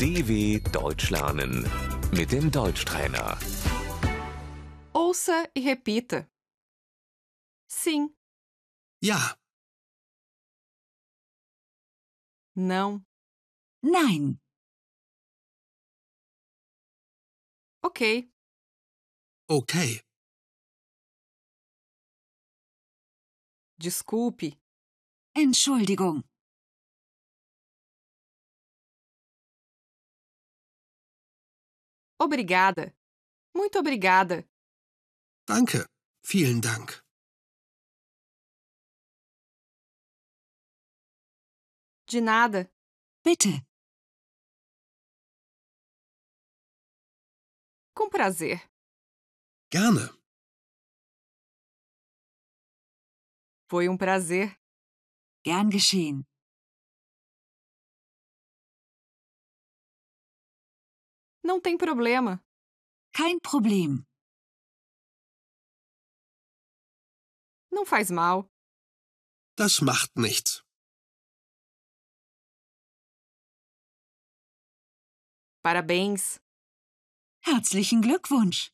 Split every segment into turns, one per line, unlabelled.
DW Deutsch lernen mit dem Deutschtrainer.
Ouça e repita. Sim,
Ja,
não,
Nein,
ok,
okay,
desculpe,
Entschuldigung,
obrigada. Muito obrigada.
danke, vielen Dank.
De nada.
bitte,
Com prazer.
Gerne,
Foi um prazer.
gern geschehen.
Não tem problema.
Kein Problem,
Não faz mal.
das macht nichts.
Parabéns.
herzlichen Glückwunsch.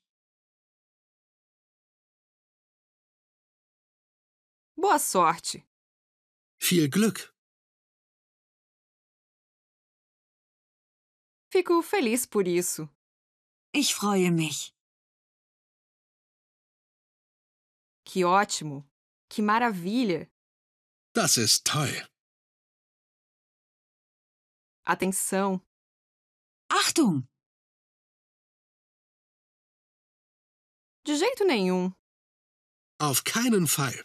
Boa sorte.
Viel Glück.
Fico feliz por isso.
Ich freue mich.
Que ótimo. Que maravilha.
Das ist toll.
Atenção.
Achtung,
De jeito nenhum.
Auf keinen Fall.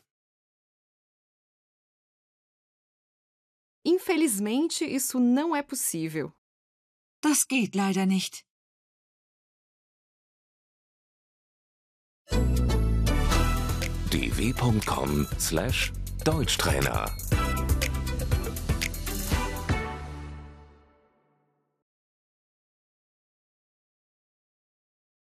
Infelizmente, isso não é possível.
das geht leider nicht.
dw.com/deutschtrainer